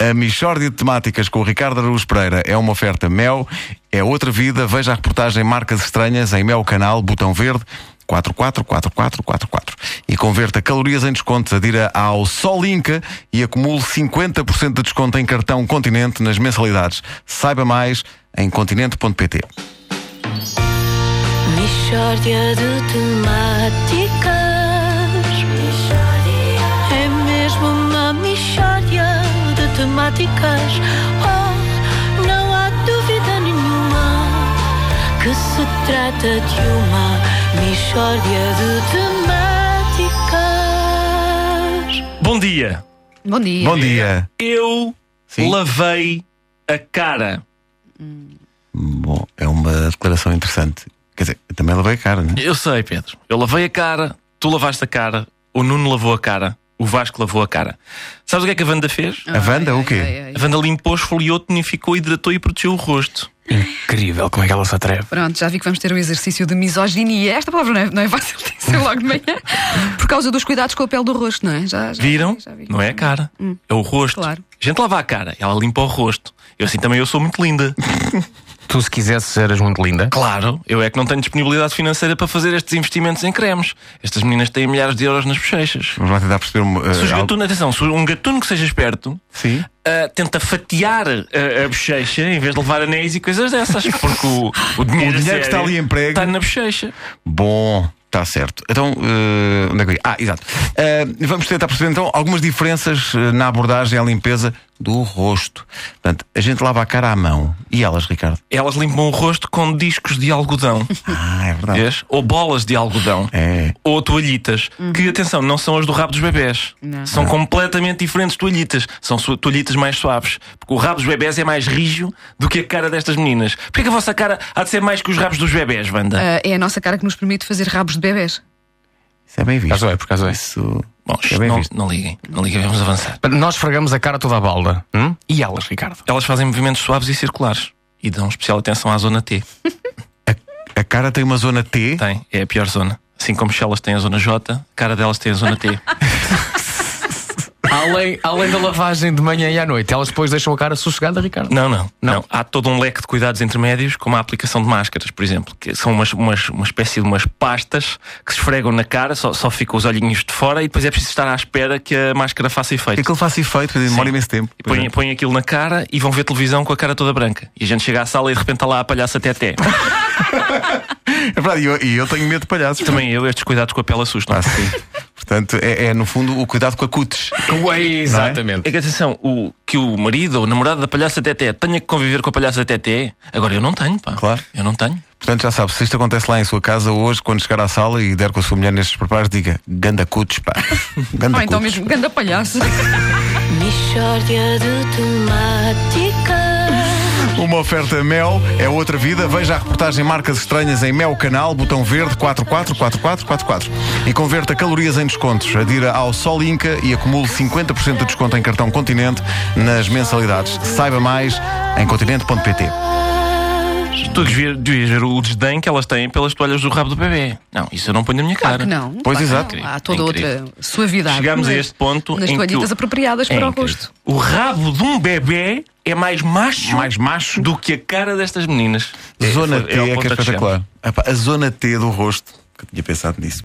A Michórdia de Temáticas com o Ricardo Araújo Pereira é uma oferta Mel, é outra vida. Veja a reportagem Marcas Estranhas em Mel Canal, Botão Verde. 444444 e converta calorias em descontos, adira ao Sol Inca e acumule 50% de desconto em cartão Continente nas mensalidades. Saiba mais em continente.pt. Mishória de temáticas É mesmo uma mishória de temáticas Oh, não há dúvida nenhuma Que se trata de uma mishória de temáticas Bom dia. Bom dia. Bom dia. Eu Sim. lavei a cara. Bom, é uma declaração interessante. Quer dizer, eu também lavei a cara, né? Eu sei, Pedro. Eu lavei a cara, tu lavaste a cara, o Nuno lavou a cara, o Vasco lavou a cara. Sabes o que é que a Wanda fez? A Wanda, o quê? A Wanda limpou, esfoliou, tonificou, hidratou e protegeu o rosto. Incrível como é que ela se atreve. Pronto, já vi que vamos ter um exercício de misoginia. Esta palavra não é, não é fácil de dizer logo de manhã. Por causa dos cuidados com a pele do rosto, não é? Já, já Viram? vi, já vi. Hum. Não é a cara, é o rosto. Claro. A gente lava a cara, ela limpa o rosto. Eu assim também eu sou muito linda. Tu, se quisesse, eras muito linda. Claro, eu é que não tenho disponibilidade financeira para fazer estes investimentos em cremes. Estas meninas têm milhares de euros nas bochechas. Vamos lá tentar perceber. um, eh, Se os algo- gatunos, atenção, se um gatuno que seja esperto Sim. ah, tenta fatiar ah, a bochecha em vez de levar anéis e coisas dessas, porque o, o dinheiro, O a dinheiro que está sério ali emprego. está na bochecha. Bom, está certo. Então, eh, onde é que eu ia? Ah, exato. Eh, vamos tentar perceber então algumas diferenças eh, na abordagem à limpeza do rosto. Portanto, a gente lava a cara à mão. E elas, Ricardo? Elas limpam o rosto com discos de algodão, Ah, é verdade. vês? ou bolas de algodão. É. Ou toalhitas, que atenção, não são as do rabo dos bebés. Uhum. Não. São completamente diferentes toalhitas. São su- toalhitas mais suaves. Porque o rabo dos bebés é mais rijo do que a cara destas meninas. Porquê que a vossa cara há de ser mais que os rabos dos bebés, Wanda? Ah, é a nossa cara que nos permite fazer rabos de bebés. Isso é bem visto. Caso é, por acaso é. Isso. Bom, é shh, bem não, visto. não liguem, não liguem, vamos avançar. Nós fregamos a cara toda a balda. hum? E elas, Ricardo? Elas fazem movimentos suaves e circulares. E dão especial atenção à zona T. A cara tem uma zona T. Tem, é a pior zona. Assim como elas têm a zona J, a cara delas tem a zona T. Além, além da lavagem de manhã e à noite, elas depois deixam a cara sossegada, Ricardo? Não, não, não. Há todo um leque de cuidados intermédios, como a aplicação de máscaras, por exemplo, que são umas, umas- uma espécie de umas pastas que se esfregam na cara, só, só ficam os olhinhos de fora e depois é preciso estar à espera que a máscara faça efeito. Aquilo faz efeito, demora imenso tempo. E põem, põem aquilo na cara e vão ver televisão com a cara toda branca. E a gente chega à sala e de repente está lá a palhaça até. É verdade, e eu, e eu tenho medo de palhaços. Também eu, estes cuidados com a pele assustam. Ah, sim. Portanto, é, é, no fundo o cuidado com a cutis. É Exatamente. que atenção, o, que o marido ou o namorado da palhaça Teté tenha que conviver com a palhaça Teté, agora eu não tenho, pá. Claro. Eu não tenho. Portanto, já sabe, se isto acontece lá em sua casa hoje, quando chegar à sala e der com a sua mulher nestes preparos, diga ganda cutis, pá. Ganda Ou então cutis. mesmo ganda palhaço. Mishória de temáticas Uma oferta Mel é outra vida. Veja a reportagem Marcas Estranhas em Mel Canal, botão verde 444444. E converta calorias em descontos. Adira ao Sol Inca e acumule 50% de desconto em cartão Continente nas mensalidades. Saiba mais em continente.pt. Tu devias, devias ver o desdém que elas têm pelas toalhas do rabo do bebê. Não, isso eu não ponho na minha cara. Claro que não. Pois claro exato. que não. Há toda É Incrível. outra suavidade. Chegamos a nas- este ponto Nas em que toalhitas o- apropriadas É para o incrível. rosto. O rabo de um bebê é mais macho, Mais macho. do que a cara destas meninas. Zona É- T é ao é ponto que é a que chegamos. espetacular. Epá, A zona T do rosto. Que eu tinha pensado nisso.